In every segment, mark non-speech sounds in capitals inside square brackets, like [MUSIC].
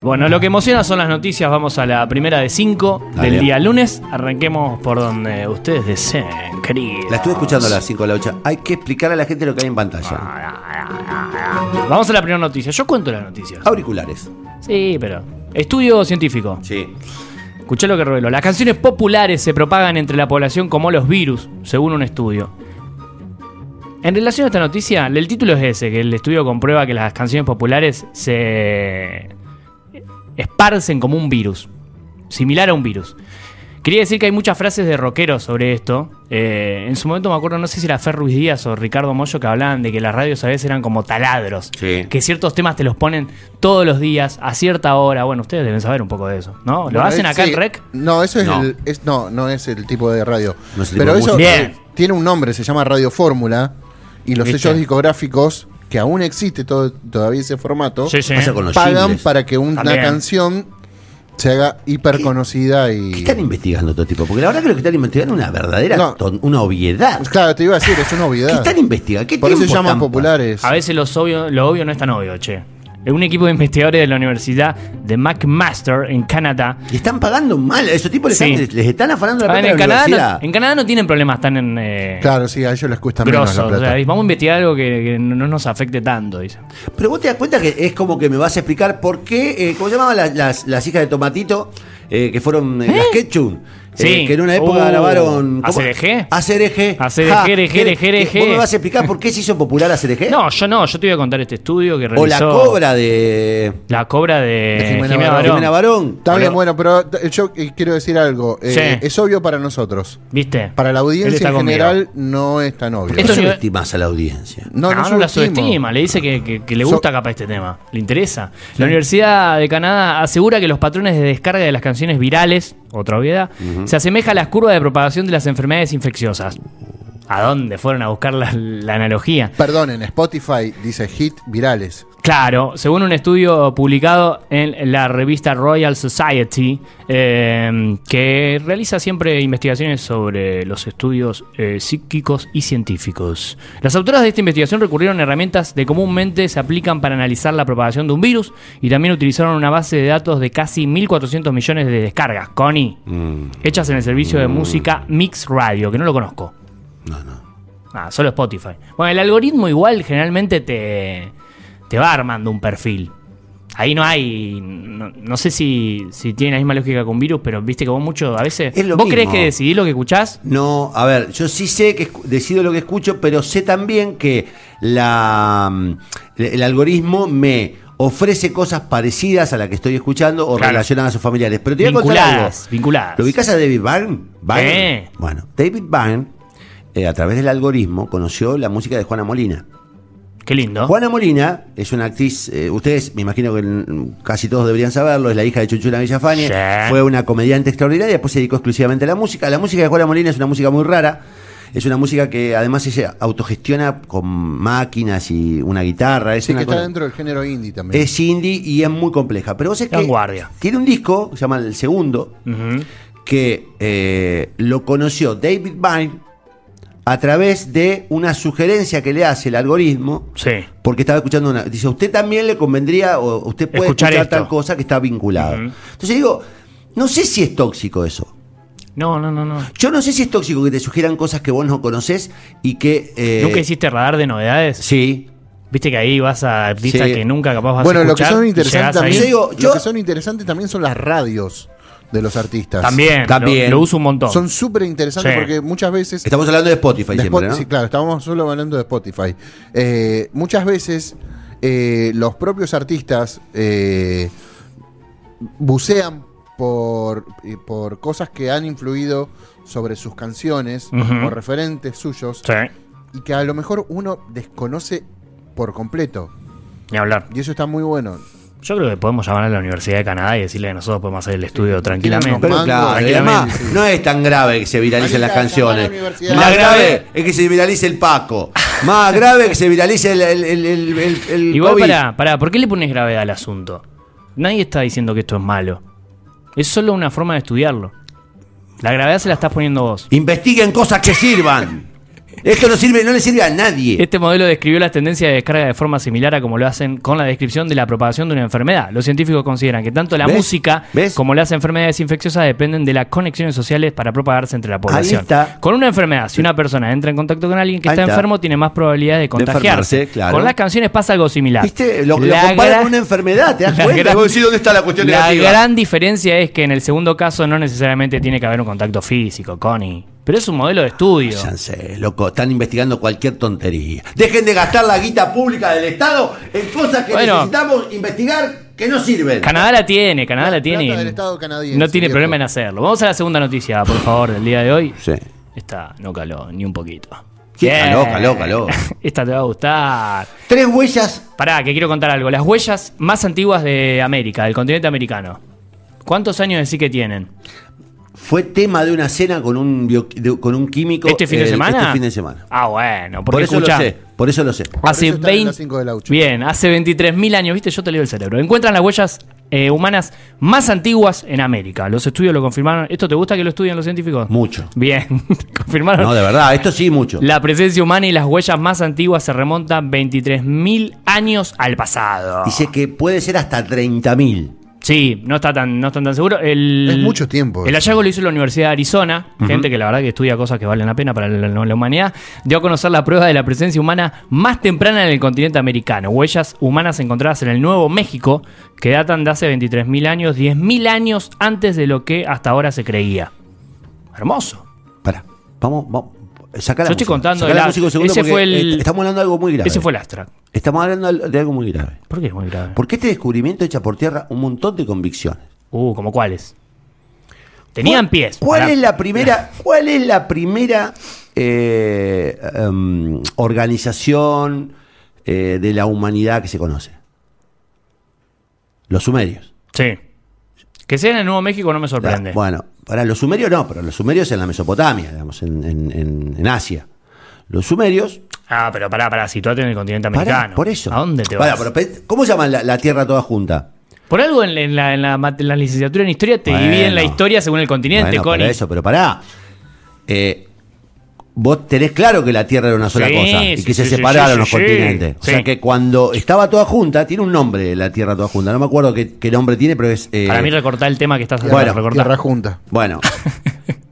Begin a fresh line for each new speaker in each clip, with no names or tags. Bueno, lo que emociona son las noticias. Vamos a la primera de cinco
Dale.
del día lunes. Arranquemos por donde ustedes deseen, querido.
La estuve escuchando a las 5 a las 8. Hay que explicar a la gente lo que hay en pantalla.
Ah, Vamos a la primera noticia. Yo cuento las noticias.
Auriculares.
Sí, pero. Estudio científico.
Sí.
Escuché lo que reveló. Las canciones populares se propagan entre la población como los virus, según un estudio. En relación a esta noticia, el título es ese, que el estudio comprueba que las canciones populares se esparcen como un virus, similar a un virus. Quería decir que hay muchas frases de rockeros sobre esto. Eh, en su momento me acuerdo, no sé si era Fer Ruiz Díaz o Ricardo Mollo que hablaban de que las radios a veces eran como taladros.
Sí.
Que ciertos temas te los ponen todos los días, a cierta hora. Bueno, ustedes deben saber un poco de eso, ¿no? ¿Lo
Bueno,
hacen
es-
acá
sí.
en Rec?
No, eso es
No.
el. es- no, no es el tipo de radio.
No es el tipo
Pero
de
eso
música.
eh,
Bien.
tiene un nombre, se llama Radio Fórmula. Y los
¿Viste?
sellos discográficos, que aún existe todo, todavía ese formato,
Sí, sí.
Pasa con los
pagan
jingles.
para que una
También.
canción se haga hiper conocida
¿Qué
y.
están investigando todo tipo? Porque la verdad creo que están investigando una verdadera,
No.
ton- una obviedad.
Claro, te iba a decir, es una
¿Qué
novedad.
están investigando? ¿Qué
Por eso se
tiempo
llaman
están pa-
populares.
A veces los obvio- lo obvio no es tan obvio, che. Un equipo de investigadores de la Universidad de McMaster en Canadá.
Y están pagando mal. A esos tipos les,
Sí.
están, les están afanando la
Ah, en,
plata de la
Canadá
universidad.
no, en Canadá no tienen problemas tan en, eh,
Claro, sí, a ellos les cuesta menos
grosos.
la
O sea,
plata.
dice, vamos a investigar algo que, que no nos afecte tanto, dice.
Pero vos te das cuenta que es como que me vas a explicar por qué, eh, ¿cómo llamaban las, las- las hijas de Tomatito? Eh, que fueron eh, las Ketchum.
Sí.
Eh, que en una época
Uh,
grabaron. ¿cómo?
¿ACDG?
ACDG.
ACDG,
Ja,
RG,
¿qué-
RG?
qué- ¿Vos me vas a explicar por qué se hizo popular
Eh.
ACDG?
No, yo no, yo te voy a contar este estudio que
O la
realizó.
cobra de.
La cobra de,
De Jimena
Jimena,
Barón.
Barón.
Jimena Barón.
Está bien,
Pero-
bueno, pero eh, yo eh, quiero decir algo. eh,
Sí.
Es obvio para nosotros.
¿Viste?
Para la
Él
audiencia
está
en
conmigo.
general no es tan obvio.
¿Por qué
Esto es nivel-
subestimas a la audiencia?
No,
No,
Ah, no, la
subestimo.
subestima, le dice que, que- que le
So-
gusta capaz este tema, le interesa. La Universidad de Canadá asegura que los patrones de descarga de las canciones virales, otra obviedad, se asemeja a las curvas de propagación de las enfermedades infecciosas. ¿A dónde fueron a buscar la, la analogía?
Perdón, en Spotify dice hit virales.
Claro, según un estudio publicado en la revista Royal Society, eh, que realiza siempre investigaciones sobre los estudios eh, psíquicos y científicos. Las autoras de esta investigación recurrieron a herramientas que comúnmente se aplican para analizar la propagación de un virus y también utilizaron una base de datos de casi 1.400 millones de descargas, Connie,
Mm.
hechas en el servicio de música Mix Radio, que no lo conozco.
No, no.
Ah, solo Spotify. Bueno, el algoritmo igual generalmente te, te va armando un perfil. Ahí no hay. No, no sé si, si tiene la misma lógica con virus, pero viste que vos mucho a veces.
Es lo
¿Vos
mismo.
crees que decidís lo que escuchás?
No, a ver, yo sí sé que escu- decido lo que escucho, pero sé también que la, mm, el algoritmo me ofrece cosas parecidas a las que estoy escuchando o
Claro.
relacionadas a sus familiares. Pero te voy a contar algo.
Vinculadas, vinculadas.
¿Lo ubicás a David Byrne? Byrne.
Eh.
Bueno, David Byrne, eh, a través del algoritmo, conoció la música de Juana Molina.
Qué lindo.
Juana Molina es una actriz, eh, ustedes me imagino que mm, casi todos deberían saberlo, es la hija de Chuchuna Villafañe,
Sí.
fue una comediante extraordinaria, después se dedicó exclusivamente a la música. La música de Juana Molina es una música muy rara, es una música que además ella autogestiona con máquinas y una guitarra. Es
Sí,
una
que está
cosa-
dentro del género indie también.
es indie y es muy compleja. Pero vos sabés que
Vanguardia.
tiene un disco, se llama El Segundo,
Ujú.
que eh, lo conoció David Byrne a través de una sugerencia que le hace el algoritmo
Sí.
porque estaba escuchando una. Dice, a usted también le convendría, o usted puede
Escuchar
escuchar,
esto.
tal cosa que está vinculada.
Ujú.
Entonces digo, no sé si es tóxico eso.
No, no, no, no.
Yo no sé si es tóxico que te sugieran cosas que vos no conoces y que. eh,
¿Nunca hiciste radar de novedades?
Sí.
Viste que ahí vas a artistas
Sí.
que nunca capaz vas
bueno,
a
lo que
escuchar.
son
y
interesantes
llegás ahí.
también.
Yo digo, yo-
Lo que son interesantes también son las radios de los artistas.
También, lo-
También.
Lo, uso un montón.
Son súper interesantes
Sí.
porque muchas veces.
Estamos hablando de Spotify
de
siempre,
Spot-
¿no?
Sí, claro, estábamos solo hablando de Spotify. Eh, muchas veces eh, los propios artistas eh, bucean por, eh, por cosas que han influido sobre sus canciones
Ujú.
o referentes suyos
Sí,
y que a lo mejor uno desconoce por completo.
ni hablar.
Y eso está muy bueno.
Yo creo que podemos llamar a la Universidad de Canadá y decirle que nosotros podemos hacer el estudio tranquilamente.
Pero
Mango,
claro, y además, no es tan grave que se viralicen
Manita,
las canciones.
llama a la universidad.
Más
La
grave
grave-
es que se viralice el Paco. Más grave que se viralice el, el, el, el, el- el
Igual
COVID.
pará, pará, ¿por qué le pones gravedad al asunto? Nadie está diciendo que esto es malo. Es solo una forma de estudiarlo. La gravedad se la estás poniendo vos.
Investiguen cosas que sirvan. Esto no sirve, no le sirve a nadie.
Este modelo describió las tendencias de descarga de forma similar a como lo hacen con la descripción de la propagación de una enfermedad. Los científicos consideran que tanto la
¿Ves?
música
¿Ves?
como las enfermedades infecciosas dependen de las conexiones sociales para propagarse entre la población.
está.
Con una enfermedad, si una persona entra en contacto con alguien que
Ahí
está,
está.
enfermo, tiene más probabilidad de contagiarse.
enfermarse, claro.
Con las canciones pasa algo similar.
¿Viste? Lo, lo
La
comparan
gra-
con una enfermedad, ¿te das
la
cuenta?
gran-
Vos decís, ¿dónde está la cuestión
La
negativa?
gran diferencia es que en el segundo caso no necesariamente tiene que haber un contacto físico, Connie. Pero es un modelo de estudio.
Váyanse, loco, están investigando cualquier tontería. Dejen de gastar la guita pública del Estado en cosas que
Bueno.
necesitamos investigar que no sirven.
Canadá la tiene, Canadá la tiene. y
Plata del Estado canadiense,
no tiene
viejo.
problema en hacerlo. Vamos a la segunda noticia, por favor, del día de hoy.
Sí.
Esta no caló ni un poquito.
Sí,
Bien.
caló, caló, caló.
[LAUGHS] Esta te va a gustar.
Tres huellas.
Pará, que quiero contar algo. Las huellas más antiguas de América, del continente americano. ¿Cuántos años decís que tienen?
Fue tema de una cena con un, bio- de- con un químico.
¿Este fin de
eh,
semana?
Este fin de semana.
Ah, bueno, porque
Por eso
escuchá,
lo sé. Por eso lo sé.
Hace
eso están en
20
las cinco de la Ucho.
Bien, hace 23.000 años, viste, yo te leo el cerebro. Encuentran las huellas eh, humanas más antiguas en América. Los estudios lo confirmaron. ¿Esto te gusta que lo estudien los científicos?
Mucho.
Bien, [LAUGHS] confirmaron.
No, de verdad, esto sí, mucho.
[LAUGHS] La presencia humana y las huellas más antiguas se remontan 23.000 años al pasado.
Dice que puede ser hasta 30.000.
Sí, no está tan, no están tan seguro. El,
Es mucho tiempo.
El hallazgo lo hizo la Universidad de Arizona, gente que la verdad que estudia cosas que valen la pena para la, la humanidad. Dio a conocer la prueba de la presencia humana más temprana en el continente americano. Huellas humanas encontradas en el Nuevo México que datan de hace 23.000 años, 10.000 años antes de lo que hasta ahora se creía. Hermoso.
Pará, vamos, vamos. Saca la
Yo estoy
música,
contando
saca la
el-
música un segundo
ese
porque,
fue el-
eh, estamos hablando de algo muy grave.
Ese fue el Astra.
Estamos hablando de algo muy grave.
¿Por qué es muy grave?
eh. Porque este descubrimiento echa por tierra un montón de convicciones.
Uh, ¿como cuáles? Tenían
¿Cuál-
pies.
¿Cuál
Pará.
es la primera? ¿Cuál es la primera eh, em, organización eh, de la humanidad que se conoce? Los sumerios.
Sí. Que sea en el Nuevo México no me sorprende.
Bueno, para los sumerios no, pero los sumerios en la Mesopotamia, digamos, en, en- en- en Asia. Los sumerios.
Ah, pero pará, pará, situate en el continente
pará,
americano.
por eso.
¿A dónde te
Pará,
vas?
pero pe- ¿Cómo llaman la, la tierra toda junta?
Por algo en, en la, en la mat- en la licenciatura en historia te
Bueno.
dividen la historia según el continente,
Bueno,
Connie.
Por eso, pero pará. Eh, vos tenés claro que la Tierra era una sola
Sí,
cosa y
sí,
que se
sí, sí,
separaron
sí,
los
sí.
continentes. O
Sí.
sea que cuando estaba toda junta, tiene un nombre la Tierra toda junta. No me acuerdo qué, qué nombre tiene, pero es. eh,
Para mí recortar el tema que estás haciendo.
Bueno,
recortar.
Tierra junta.
[LAUGHS]
bueno,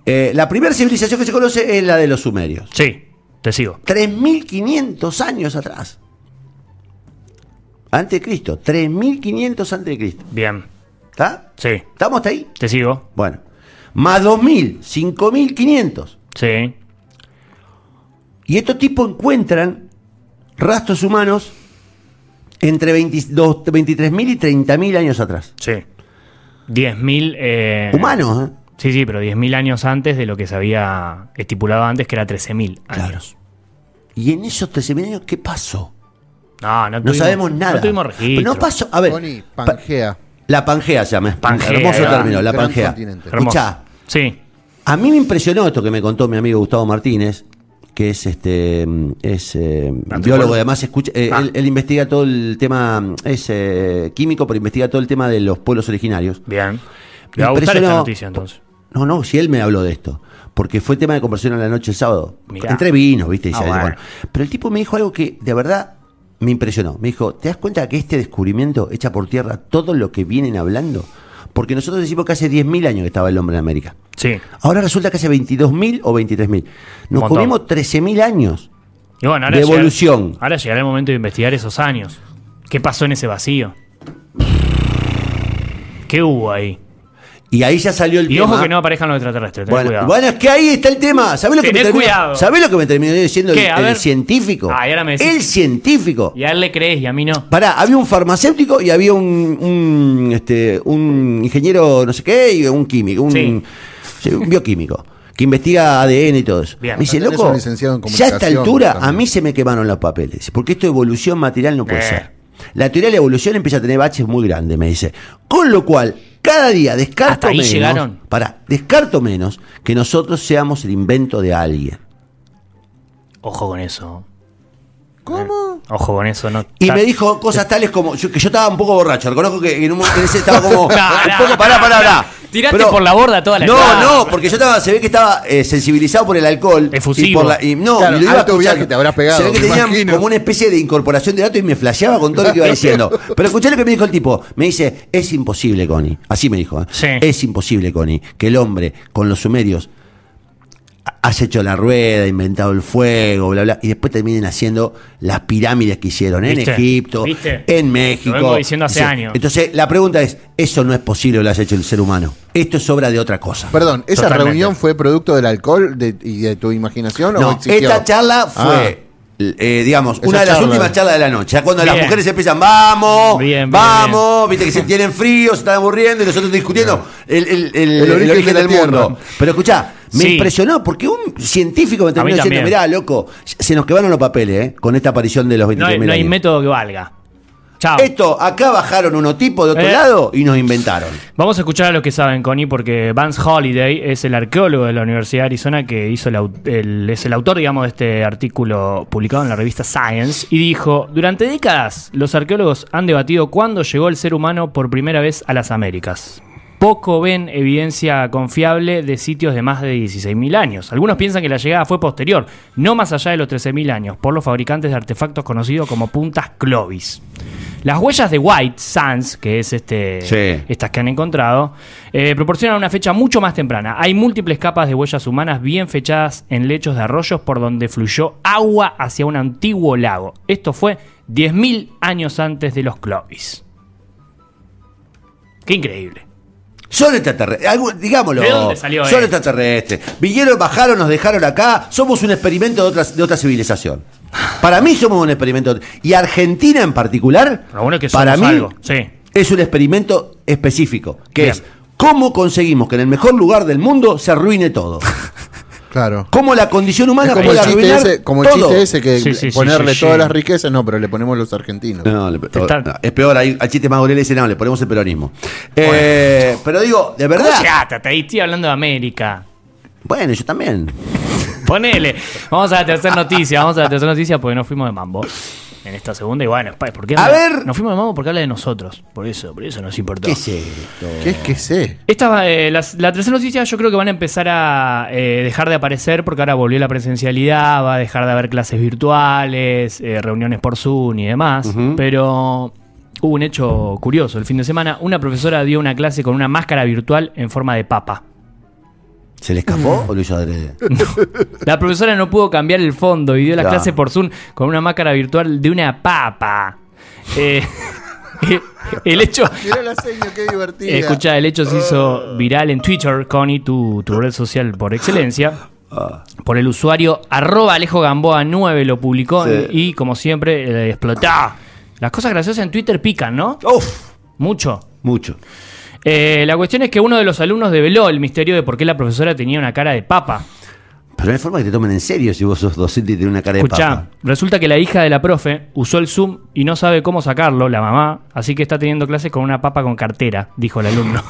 Eh, la primera civilización que se conoce es la de los sumerios.
Sí, te sigo.
3.500 años atrás. Antes de Cristo. 3.500 antes de Cristo.
Bien,
¿Está?
sí,
¿Estamos hasta ahí?
te sigo.
Bueno. Más 2.000, 5.500.
Sí,
Y estos tipos encuentran rastros humanos entre 22 23.000 y 30.000 años atrás.
sí. 10.000... eh,
Humanos, ¿eh?
Sí, sí, pero 10.000 años antes de lo que se había estipulado antes, que era 13.000 años.
Y en esos 13.000 años, ¿qué pasó?
No, no,
No
tuvimos-
sabemos nada.
No tuvimos registro.
Pero no pasó. A ver,
Connie,
pa-
Pangea.
la Pangea se llama.
Pangea,
Hermoso
gran-
término, la
gran
Pangea.
continente.
Hermoso.
Escuchá,
Sí,
a mí me impresionó esto que me contó mi amigo Gustavo Martínez, que es este mm, es eh,
Antropólogo.
biólogo, además escucha, eh,
Ah.
él, él investiga todo el tema, mm, es eh, químico, pero investiga todo el tema de los pueblos originarios.
bien. Le va a gustar esta
Impresionó-
noticia entonces.
No, no, si él me habló de esto. Porque fue tema de conversación en la noche el sábado.
Mirá.
Entre vinos, ¿viste? Y
Ah,
se-
bueno.
bueno. Pero el tipo me dijo algo que de verdad me impresionó. Me dijo, ¿te das cuenta que este descubrimiento echa por tierra todo lo que vienen hablando? Porque nosotros decimos que hace 10.000 años que estaba el hombre en América.
Sí.
Ahora resulta que hace 22.000 o 23.000. Nos
Montón.
comimos 13.000 años.
Y bueno, ahora
De
llegar-
evolución.
ahora llegará el momento de investigar esos años. ¿Qué pasó en ese vacío? ¿Qué hubo ahí?
Y ahí ya salió el
Y
tema.
ojo que no aparezcan los extraterrestres. Tenés
bueno,
cuidado.
bueno, es que ahí está el tema. ¿Sabés lo que, me
Tenés
terminó,
cuidado.
¿Sabés lo que me terminó diciendo el,
¿Qué? A
el
ver.
científico?
Ah, y ahora me decís.
El científico.
Y a él le crees y a mí no.
Pará, había un farmacéutico y había un, un, este, un ingeniero, no sé qué, y un químico, un,
Sí.
sí, un bioquímico, que investiga ADN y todo eso.
Bien.
Me dice,
Tenés
loco,
un licenciado en
ya a esta
comunicación
altura a
también.
mí se me quemaron los papeles, porque esto de evolución material no puede
Eh.
ser. La teoría de la evolución empieza a tener baches muy grandes, me dice. Con lo cual, cada día descarto
Hasta ahí
menos.
llegaron.
Pará, descarto menos que nosotros seamos el invento de alguien.
Ojo con eso.
¿Cómo?
Ojo con eso. No,
Y me dijo
[LAUGHS]
cosas tales como yo- que yo estaba [LAUGHS] un poco borracho. Reconozco que en un momento en ese estaba como. un
Pará,
poco, pará, pará, pará.
Te Tiraste
Pero-
por la borda toda la
No,
entrada.
no, porque yo estaba, se ve que estaba eh, sensibilizado por el alcohol.
Efusivo.
Y por la, y no,
Claro,
y lo iba
alto
escuchando.
viaje te habrá pegado,
Se ve que
me
tenía
imagino.
como una especie de incorporación de datos y me flasheaba con todo lo que
[LAUGHS]
iba diciendo. Pero escuché lo que me dijo el tipo. Me dice, es imposible, Connie. Así me dijo. ¿eh?
Sí.
Es imposible, Connie, que el hombre con los sumerios ha- has hecho la rueda, inventado el fuego, bla, bla, y después terminen haciendo las pirámides que hicieron en
¿Viste?
Egipto,
¿Viste?
en México.
Lo vengo diciendo hace
Dice,
años.
Entonces, la pregunta es, eso no es posible, lo has hecho el ser humano. Esto es obra de otra cosa.
Perdón, ¿esa
Totalmente.
reunión fue producto del alcohol de- y de tu imaginación o
No,
existió? Ah.
esta charla fue, eh, digamos,
Esa
una de las
charla.
últimas charlas de la noche. Ya cuando las
Bien.
mujeres empiezan, vamos,
Bien, bien,
vamos, viste que se tienen frío, se están aburriendo y nosotros discutiendo el, el- el- el origen,
de
del
la
mundo.
Tierra.
Pero escuchá, me
Sí.
impresionó porque un científico me terminó diciendo,
también.
mirá, loco, se nos quedaron los papeles eh, con esta aparición de los
No
23
hay, no hay método que valga. Chao.
Esto, acá bajaron unos tipos de otro
Eh.
lado y nos inventaron.
Vamos a escuchar a los que saben, Connie, porque Vance Holiday es el arqueólogo de la Universidad de Arizona que hizo el, au- el- es el autor, digamos, de este artículo publicado en la revista Science y dijo, durante décadas los arqueólogos han debatido cuándo llegó el ser humano por primera vez a las Américas. Poco ven evidencia confiable de sitios de más de 16.000 años. Algunos piensan que la llegada fue posterior, no más allá de los 13.000 años, por los fabricantes de artefactos conocidos como puntas Clovis. Las huellas de White Sands, que es este,
Sí.
estas que han encontrado, eh, proporcionan una fecha mucho más temprana. Hay múltiples capas de huellas humanas bien fechadas en lechos de arroyos por donde fluyó agua hacia un antiguo lago. Esto fue 10.000 años antes de los Clovis. Qué increíble.
Son extraterrestres, algo- digámoslo.
¿De dónde salió
son
esto?
extraterrestres. Vinieron, bajaron, nos dejaron acá. Somos un experimento de, otras, de otra civilización. Para mí somos un experimento. Y Argentina en particular,
Lo bueno es que somos
para mí,
algo, sí.
es un experimento específico. Que
Bien.
es, ¿cómo conseguimos que en el mejor lugar del mundo se arruine todo?
Claro.
¿Cómo la condición humana
Es como el
puede
chiste
arruinar
ese, como el
todo?
chiste ese que
Sí, sí, sí,
ponerle
sí,
todas
sí.
las riquezas, no, pero le ponemos los argentinos.
No, le-
Te están-
no, es peor, ahí, al chiste más gorila dice, no, le ponemos el peronismo. Eh, pero digo, de
¿Cómo
verdad.
se ata? Te estoy hablando de América.
Bueno, yo también.
Ponele. Vamos a la tercera noticia. Vamos a la tercera noticia porque nos fuimos de mambo. En esta segunda, y bueno, pa- ¿por qué?
A
habla-
ver.
Nos fuimos de mambo porque habla de nosotros. Por eso, por eso nos importó.
¿Qué es esto?
¿Qué es que sé?
Esta, va- eh, las- la tercera noticia yo creo que van a empezar a eh, dejar de aparecer porque ahora volvió la presencialidad, va a dejar de haber clases virtuales, eh, reuniones por Zoom y demás. Pero hubo un hecho curioso. El fin de semana una profesora dio una clase con una máscara virtual en forma de papa.
¿Se le escapó o lo hizo adrede?
La profesora no pudo cambiar el fondo y dio la
Claro.
clase por Zoom con una máscara virtual de una papa. Eh, [LAUGHS] el- el hecho...
Mirá la seña, qué divertida.
Escucha, el hecho se hizo viral en Twitter, Connie, tu, tu red social por excelencia.
Ah,
Por el usuario arroba Alejo Gamboa 9 lo publicó
Sí.
y como siempre eh, explotó. Las cosas graciosas en Twitter pican, ¿no?
Uf,
Mucho.
mucho.
Eh, la cuestión es que uno de los alumnos develó el misterio de por qué la profesora tenía una cara de papa.
Pero no hay forma que te tomen en serio si vos sos docente y tenés una cara de
Escuchá,
papa.
resulta que la hija de la profe usó el Zoom y no sabe cómo sacarlo, la mamá, así que está teniendo clases con una papa con cartera, dijo el
[LAUGHS]
alumno.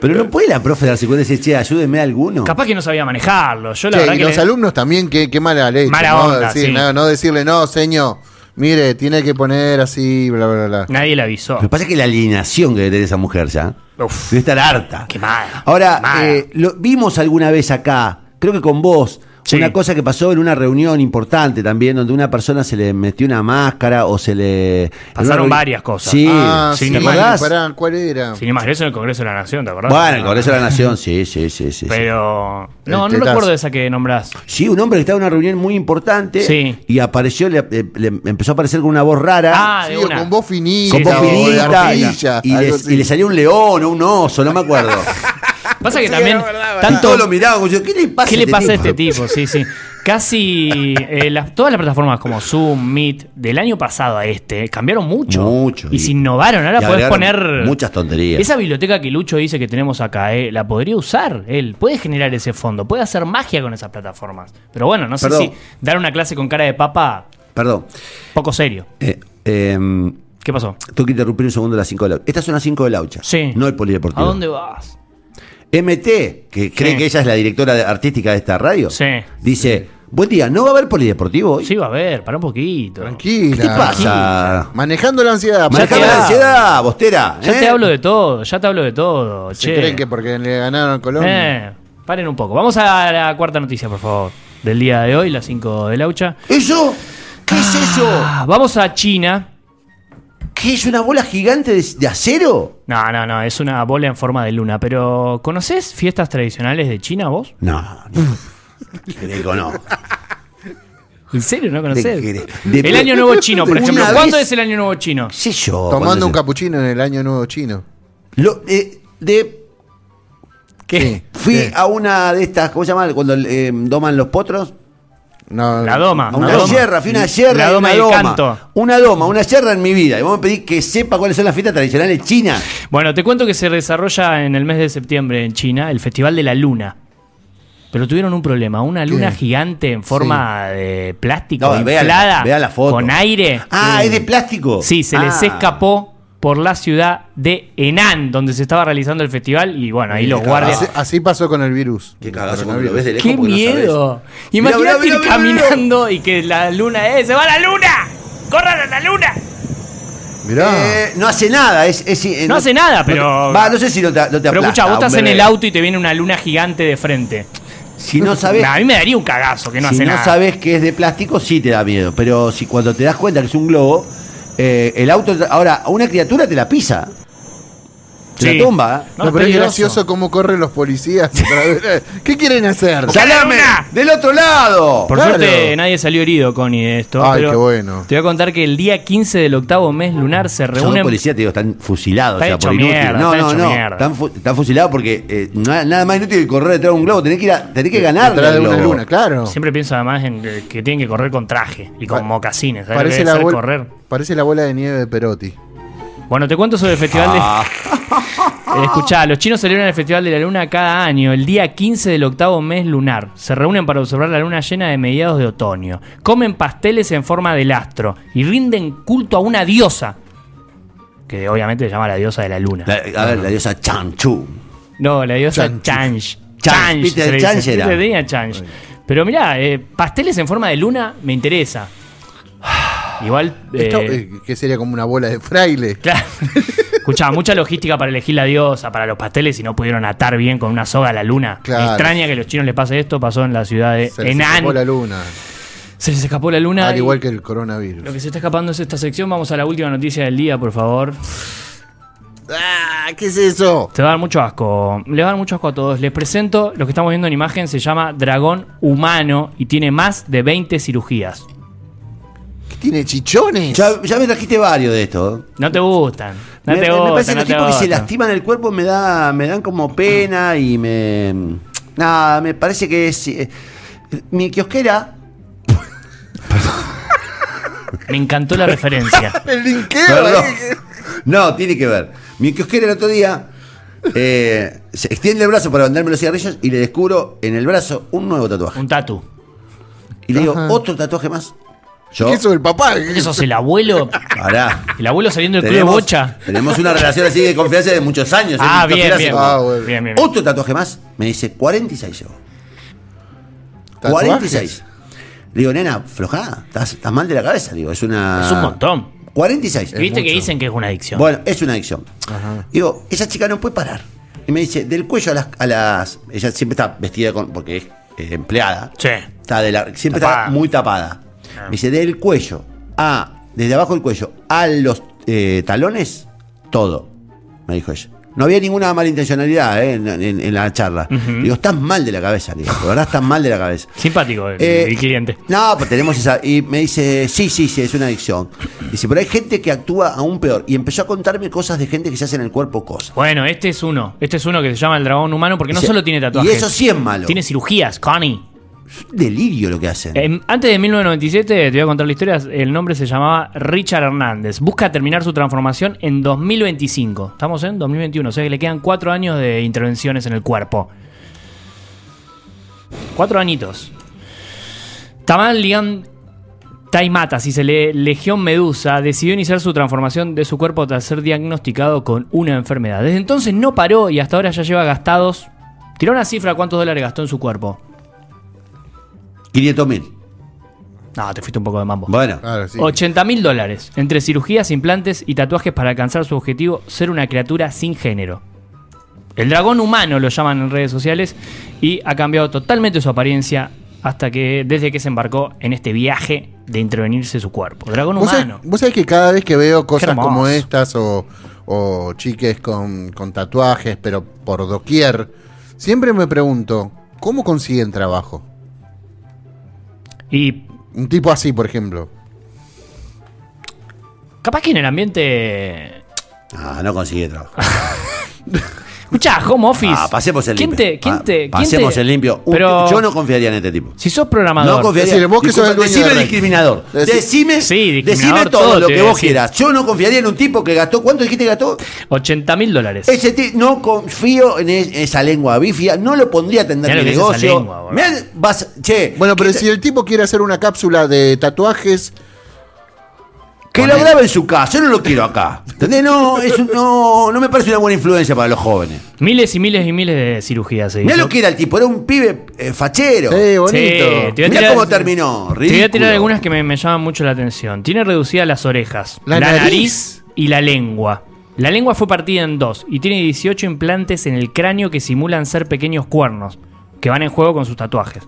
Pero no puede la profe darse cuenta y decir, che, ayúdeme a alguno.
Capaz que no sabía manejarlo. Yo la
Che,
verdad
y
que
los
le-
alumnos también, qué, qué mala leche.
Mala
¿no?
onda,
Decir,
sí.
no, no decirle, no, señor, mire, tiene que poner así, bla, bla, bla.
nadie le avisó.
[LAUGHS] Lo que pasa es que la alineación que debe tener esa mujer ya. Debe estar harta.
Quemada.
Ahora,
Quemada.
eh, lo vimos alguna vez acá, creo que con vos,
Sí.
una cosa que pasó en una reunión importante también, donde una persona se le metió una máscara o se le. en una
Pasaron
reunión-
varias cosas.
Sí,
Ah,
sin
sí,
¿te
embargo,
acordás?
pará, ¿cuál era?
Sin más, eso en el Congreso de la Nación, ¿te acordás?
Bueno, el Congreso de la Nación, sí, sí,
[LAUGHS]
sí. sí, Este, sí.
Pero. No,
El
no
tetazo.
recuerdo esa que nombrás.
Sí, un hombre que estaba en una reunión muy importante
Sí.
y apareció, le, le- le empezó a aparecer con una voz rara.
Ah,
Sí,
de
o
una.
con voz finita.
con voz
o de
finita, y,
arpilla,
y
algo
le,
así.
y le salió un león o un oso, no me acuerdo.
[LAUGHS]
Pasa que también.
Tanto
tanto,
lo miraba, como yo, ¿qué le pasa,
¿Qué
a
le
este
pasa a
tipo?
este tipo? Sí, sí. Casi eh, las- todas las plataformas como Zoom, Meet, del año pasado a este, cambiaron mucho.
Mucho,
Y,
y-
se innovaron.
y
Ahora podés
agregaron
poner.
muchas tonterías.
Esa biblioteca que Lucho dice que tenemos acá, eh, la podría usar él. Puede generar ese fondo, puede hacer magia con esas plataformas. Pero bueno, no sé
Perdón.
si dar una clase con cara de papa,
Perdón.
poco serio.
Eh, em,
¿Qué pasó?
tengo que interrumpir un segundo a las 5 de la Estas son las 5 de la Laucha.
Sí.
No el polideportivo.
¿A dónde vas?
MT, que cree
Sí.
que ella es la directora de- artística de esta radio,
Sí.
dice: Buen día, ¿no va a haber polideportivo hoy?
Sí, va a ver, para un poquito.
Tranquila.
¿Qué te pasa?
Manejando la ansiedad.
Ya
Manejame
te-
la ansiedad, bostera.
Ya
¿eh?
te hablo de todo, ya te hablo de todo.
Se
che.
creen que porque le ganaron a Colombia.
Eh, paren un poco. Vamos a la cuarta noticia, por favor, del día de hoy, las 5 de Laucha.
¿Eso? ¿Qué es eso?
Ah, vamos a China.
¿Qué es una bola gigante de, de acero?
No, no, no, es una bola en forma de luna, pero ¿conoces fiestas tradicionales de China vos?
No, no. [LAUGHS] Greco, no.
¿En serio no
De-
conocés?
de- de-
el año nuevo chino, por
Una
ejemplo. ¿Cuándo
vez-
es el año nuevo chino?
¿Qué sé yo?
Tomando
¿Cuándo
un capuchino en el año nuevo chino.
se- Lo- eh, de-
¿Qué?
Fui
¿Qué?
a una de estas, ¿cómo se llama? Cuando eh, doman los potros.
No,
La doma.
A
la
una
doma.
sierra, fui a una sierra.
La
y
doma
una
del
doma.
canto.
Una doma, una sierra en mi vida. Y vamos a pedir que sepa cuáles son las fiestas tradicionales chinas.
Bueno, te cuento que se desarrolla en el mes de septiembre en China el Festival de la Luna. Pero tuvieron un problema, una luna gigante en forma de plástico
No, vea la-
inflada
vea la foto.
con aire.
Ah, es de plástico.
Sí, se les
Ah.
escapó por la ciudad de Henan, donde se estaba realizando el festival y bueno, ahí los
Ah,
guardias
Así, así pasó con el virus.
Qué
Con
cagazo
el
cuando lo
virus.
ves de lejos
¡Qué
porque no sabés.
miedo!
Mirá,
Imagínate
mirá,
ir
mirá, mirá, mirá.
caminando y que la luna, ¡eh! ¡Se va la luna! ¡Corran a la luna!
Mirá.
Eh, no hace nada, es, es- eh,
No hace nada, pero-
No, te- va, no sé si no te, no te
Pero
aplasta
escucha, vos estás
un
en el
bebé.
auto y te viene una luna gigante de frente.
Si no sabes,
Nah, a mí me daría un cagazo que no
si
hace
no
nada.
sabes que es de plástico, sí te da miedo. Pero si cuando te das cuenta que es un globo, eh, el auto. Ahora, a una criatura te la pisa. Te
Sí.
la tumba. ¿eh?
No,
No, pero es
peligroso.
gracioso cómo corren los policías. para
[LAUGHS]
ver- ¿Qué quieren hacer?
Sa-
¡Salame!
¡Luna!
¡Del otro lado!
Por
Claro.
suerte nadie salió herido, Connie, de esto.
Ay,
pero
qué bueno.
Te voy a contar que el día 15 del octavo mes lunar se
Son
reúnen.
policías, te digo, están fusilados.
Está
o sea, por
hecho
inútil.
mierda,
no,
está
no,
hecho
no.
mierda.
Están, fu- están fusilados porque eh, no hay nada más inútil que correr detrás de un globo. Tenés que, ir a- tenés que ganar.
Detrás de una luna, claro.
Siempre pienso además en que, que tienen que correr con traje y con
Oh. Pa-
mocasines. ¿sabes lo que
Parece
debe
la,
ser
bol-
correr?
parece la bola de nieve de Perotti.
Bueno, te cuento sobre el festival de.
Ah.
Ah,
Eh, Escuchá, los chinos celebran el Festival de la Luna cada año, el día 15 del octavo mes lunar. Se reúnen para observar la luna llena de mediados de otoño. Comen pasteles en forma de astro y rinden culto a una diosa. Que obviamente se llama la diosa de la luna.
La- a ver, la diosa Chanchu.
no, la diosa
Chanchi.
Change.
Change,
Change.
¿viste?
se le dice.
Change era.
Yo tenía Change. Pero mirá, eh, pasteles en forma de luna me interesa. Igual.
Esto,
eh,
eh, que sería como una bola de fraile.
Claro. [LAUGHS] Escuchá, mucha logística para elegir la diosa, para los pasteles, y no pudieron atar bien con una soga a la luna.
Claro.
Me extraña que a los chinos les pase esto, pasó Eh, en la ciudad de
Se les
Henan.
escapó la luna.
Se les escapó la luna.
Al
y
igual que el
Lo
coronavirus.
que se está escapando es esta sección. Vamos a la última noticia del día, por favor.
Ah, ¿Qué es eso?
Te va a dar mucho asco. Le va a dar mucho asco a todos. Les presento lo que estamos viendo en imagen. Se llama Dragón Humano y tiene más de 20 cirugías.
¿Qué tiene chichones?
Ya, ya me trajiste varios de estos.
No te gustan. No
me,
te
me- me
gustan. no
parece que los
te
tipos que se
gustan.
lastiman el cuerpo me da me dan como pena y me nada me parece que es eh, mi kiosquera
Me encantó la referencia.
El linkeo. eh,
Perdón.
ahí.
[LAUGHS] no tiene que ver mi kiosquera el otro día eh, se extiende el brazo para venderme los cigarrillos y le descubro en el brazo un nuevo tatuaje
Un tatu.
y le digo
Ajá.
otro tatuaje más yo
¿Qué hizo el papá?
¿Qué sos el abuelo?
pará
El abuelo saliendo del club de bocha.
tenemos una relación así de confianza de muchos años ¿eh?
Ah,
Mi
bien,
kiosquera hace
bien.
como-
Ah, bueno.
Bien, bien, bien.
Otro tatuaje más, me dice 46 llevo.
¿Tatuajes?
46. Le digo, nena, flojá, estás, estás mal de la cabeza, digo, es una...
Es un montón.
46.
Y Viste que dicen que es una adicción.
Bueno, es una adicción. Digo, esa chica no puede parar. Y me dice, del cuello a las... a las- ella siempre está vestida con... porque es eh, empleada.
Sí.
Está de la- siempre
Tapada. Ah.
está muy tapada. Me dice, del cuello a... desde abajo del cuello a los eh, talones, todo, me dijo ella. No había ninguna malintencionalidad eh, en, en- en la charla. Digo, estás mal de la cabeza, le digo. De verdad, estás mal de la cabeza.
Simpático el,
Eh,
[LAUGHS] el cliente.
No, pues tenemos esa. Y me dice, sí, sí, sí, es una adicción. Dice, pero hay gente que actúa aún peor. Y empezó a contarme cosas de gente que se hace en el cuerpo cosas.
Bueno, este es uno. Este es uno que se llama el dragón humano porque no
Dice,
solo tiene tatuajes.
Y eso sí es malo.
Tiene cirugías, Connie.
Delirio lo que hacen.
En- antes de 1997, te voy a contar la historia, el nombre se llamaba Richard Hernández. Busca terminar su transformación en 2025. Estamos en 2021, o sea que le quedan cuatro años de intervenciones en el cuerpo. Cuatro añitos. Tamal Lian Taimata, si se le Legión Medusa, decidió iniciar su transformación de su cuerpo tras ser diagnosticado con una enfermedad. Desde entonces no paró y hasta ahora ya lleva gastados. Tiró una cifra cuántos dólares gastó en su cuerpo.
500 mil.
No, te fuiste un poco de mambo.
Bueno,
Claro, sí.
80 mil dólares entre cirugías, implantes y tatuajes para alcanzar su objetivo, ser una criatura sin género. El dragón humano lo llaman en redes sociales y ha cambiado totalmente su apariencia hasta que desde que se embarcó en este viaje de intervenirse su cuerpo. Dragón
¿Vos sabés,
humano.
vos sabés que cada vez que veo
Qué
cosas
hermoso.
como estas o, o chiques con, con tatuajes, pero por doquier, siempre me pregunto, ¿cómo consiguen trabajo?
Y
Un tipo así, por ejemplo.
capaz que en el ambiente
ah, no consigue trabajo.
Escuchá, home office.
Ah, pasemos el
¿Quién
limpio.
te, quién
Ah,
te- quién
pasemos
te-
el limpio. Un-
Pero
yo no confiaría en este tipo.
si sos
No
programador,
confiaría.
Decirle, vos que sos el dueño
decime
de la red.
discriminador.
Deci-
Decime,
Sí, discriminador,
decime todo,
todo
lo
te
que
voy a
vos
decir.
quieras. Yo no confiaría en un tipo que gastó. ¿Cuánto dijiste que gastó?
80 mil dólares.
Ese ti- no confío en es- esa lengua bifia. No lo pondría a atender
Mirá lo
mi
que es esa
negocio.
lengua, boludo.
Mirá, vas, che,
Bueno, pero
que,
si el tipo quiere hacer una cápsula de tatuajes,
que lo grabe en su casa. Yo no lo quiero acá. ¿Entendés? No, es un- no, no me parece una buena influencia para los jóvenes.
Miles y miles y miles de cirugías. se
Mirá
hizo.
lo que era el tipo. Era un pibe eh, fachero.
sí, bonito.
Sí, te voy a
Mirá
tirar-
cómo terminó.
Te voy a
ridículo.
tirar algunas que me, me llaman mucho la atención. Tiene reducidas las orejas,
La
la,
nariz.
nariz. y la lengua. La lengua fue partida en dos y tiene 18 implantes en el cráneo que simulan ser pequeños cuernos que van en juego con sus tatuajes.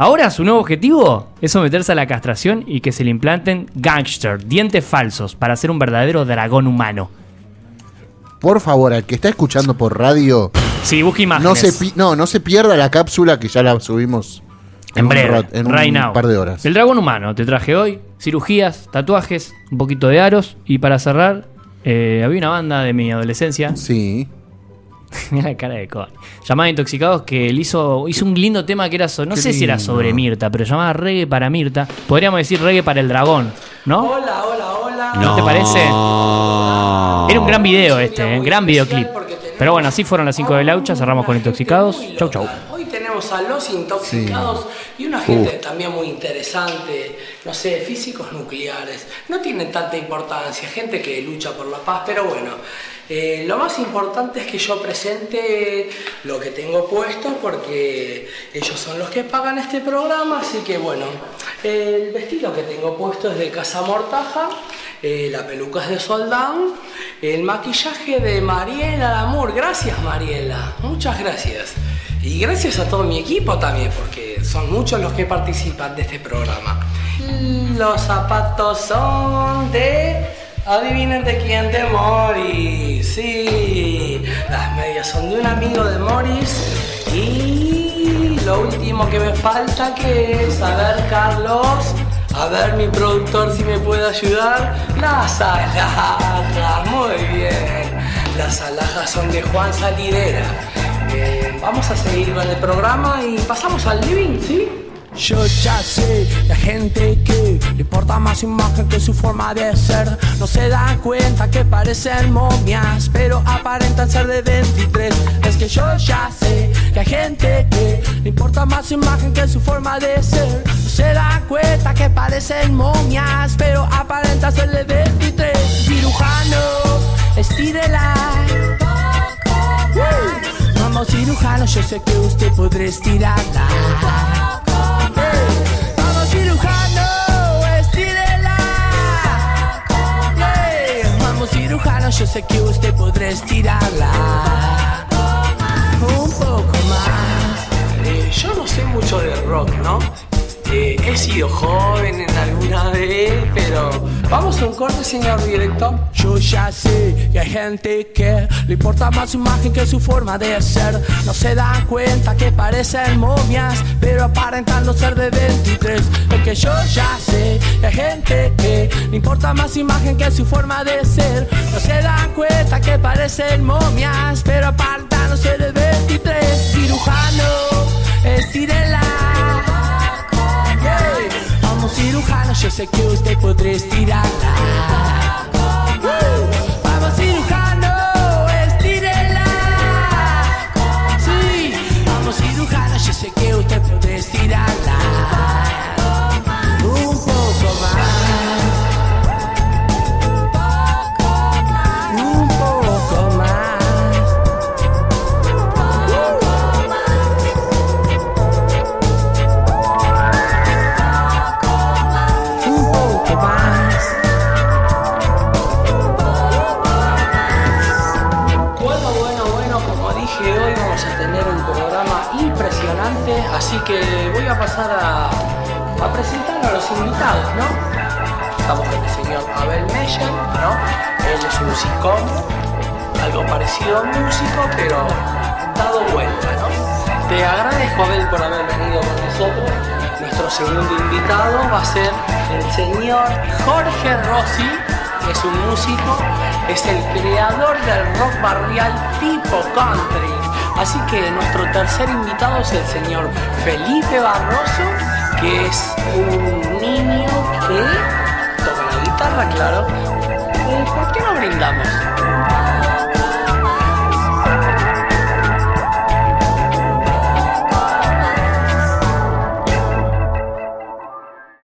Ahora su nuevo objetivo es someterse a la castración y que se le implanten gangster, dientes falsos, para ser un verdadero dragón humano.
Por favor, al que está escuchando por radio,
Sí, busca imágenes.
no se, pi- no, no se pierda la cápsula que ya la subimos
En
un
breve,
rat- en un
right now.
par de horas.
El dragón humano, te traje hoy. Cirugías, tatuajes, un poquito de aros. Y para cerrar, eh, había una banda de mi adolescencia. [LAUGHS]
Sí.
Mira la cara de Cohen. Llamada Intoxicados, que le hizo, hizo un lindo tema que era. so- no
Qué
sé si era
lindo.
sobre Mirta, pero llamaba reggae para Mirta. Podríamos decir reggae para el dragón, ¿no?
Hola, hola, hola.
¿No te parece?
Ah.
Era un gran video
Hoy es un
este,
día
¿eh?
muy
gran
especial
videoclip.
porque tenemos
Pero bueno, así fueron las 5 de Laucha. Cerramos con
una gente
Intoxicados.
muy
Chau,
loca.
chau.
Hoy tenemos a los intoxicados y una gente también muy interesante, no sé, físicos nucleares. No tienen tanta importancia, gente que lucha por la paz, pero bueno. eh, lo más importante es que yo presente lo que tengo puesto porque ellos son los que pagan este programa, así que bueno, el vestido que tengo puesto es de Casa Mortaja, eh, la peluca es de Soldán, el maquillaje de Mariela Amor. Gracias Mariela, muchas gracias. Y gracias a todo mi equipo también, porque son muchos los que participan de este programa. Los zapatos son de... Adivinen de quién, de Morris. Sí, las medias son de un amigo de Morris. Y lo último que me falta que es, a ver, Carlos, a ver mi productor si me puede ayudar. Las alhajas, muy bien. Las alhajas son de Juan Salidera. Eh, vamos a seguir con el programa y pasamos al living, ¿sí? Yo ya sé, la gente que le importa más su imagen que su forma de ser No se dan cuenta que parecen momias, pero aparentan ser de 23 Es que yo ya sé, la gente que le importa más su imagen que su forma de ser No se dan cuenta que parecen momias, pero aparentan ser de 23 Cirujano, estírelas Vamos cirujano, yo sé que usted podrá estirarla. Ey, Vamos cirujano, estírela. Ey, Vamos cirujano, yo sé que usted podrá estirarla. Un poco más. Eh, yo no sé mucho de rock, ¿no? Eh, he sido joven en alguna vez, pero vamos a un corte, señor director. Yo ya sé que hay gente que le importa más su imagen que su forma de ser. No se dan cuenta que parecen momias, pero aparentando ser de 23. Es que yo ya sé que hay gente que le importa más su imagen que su forma de ser. No se dan cuenta que parecen momias, pero aparentando ser de 23. Cirujano, estirela. Hey, Vamos cirujano, yo sé que usted podrá estirarla. Uh, Vamos cirujano, estírela. Sí, vamos cirujano, yo sé que usted podrá estirarla. Un poco más. Un poco más. empezar a, a presentar a los invitados, ¿no? Estamos con el señor Abel Meyer, ¿no? Él es un psicólogo, algo parecido a un músico, pero dado vuelta, ¿no? Te agradezco, Abel, por haber venido con nosotros. Nuestro segundo invitado va a ser el señor Jorge Rossi, que es un músico, es el creador del rock barrial tipo country. Así que nuestro tercer invitado es el señor Felipe Barroso, que es un niño que toca la guitarra, claro. Eh, ¿Por qué no brindamos?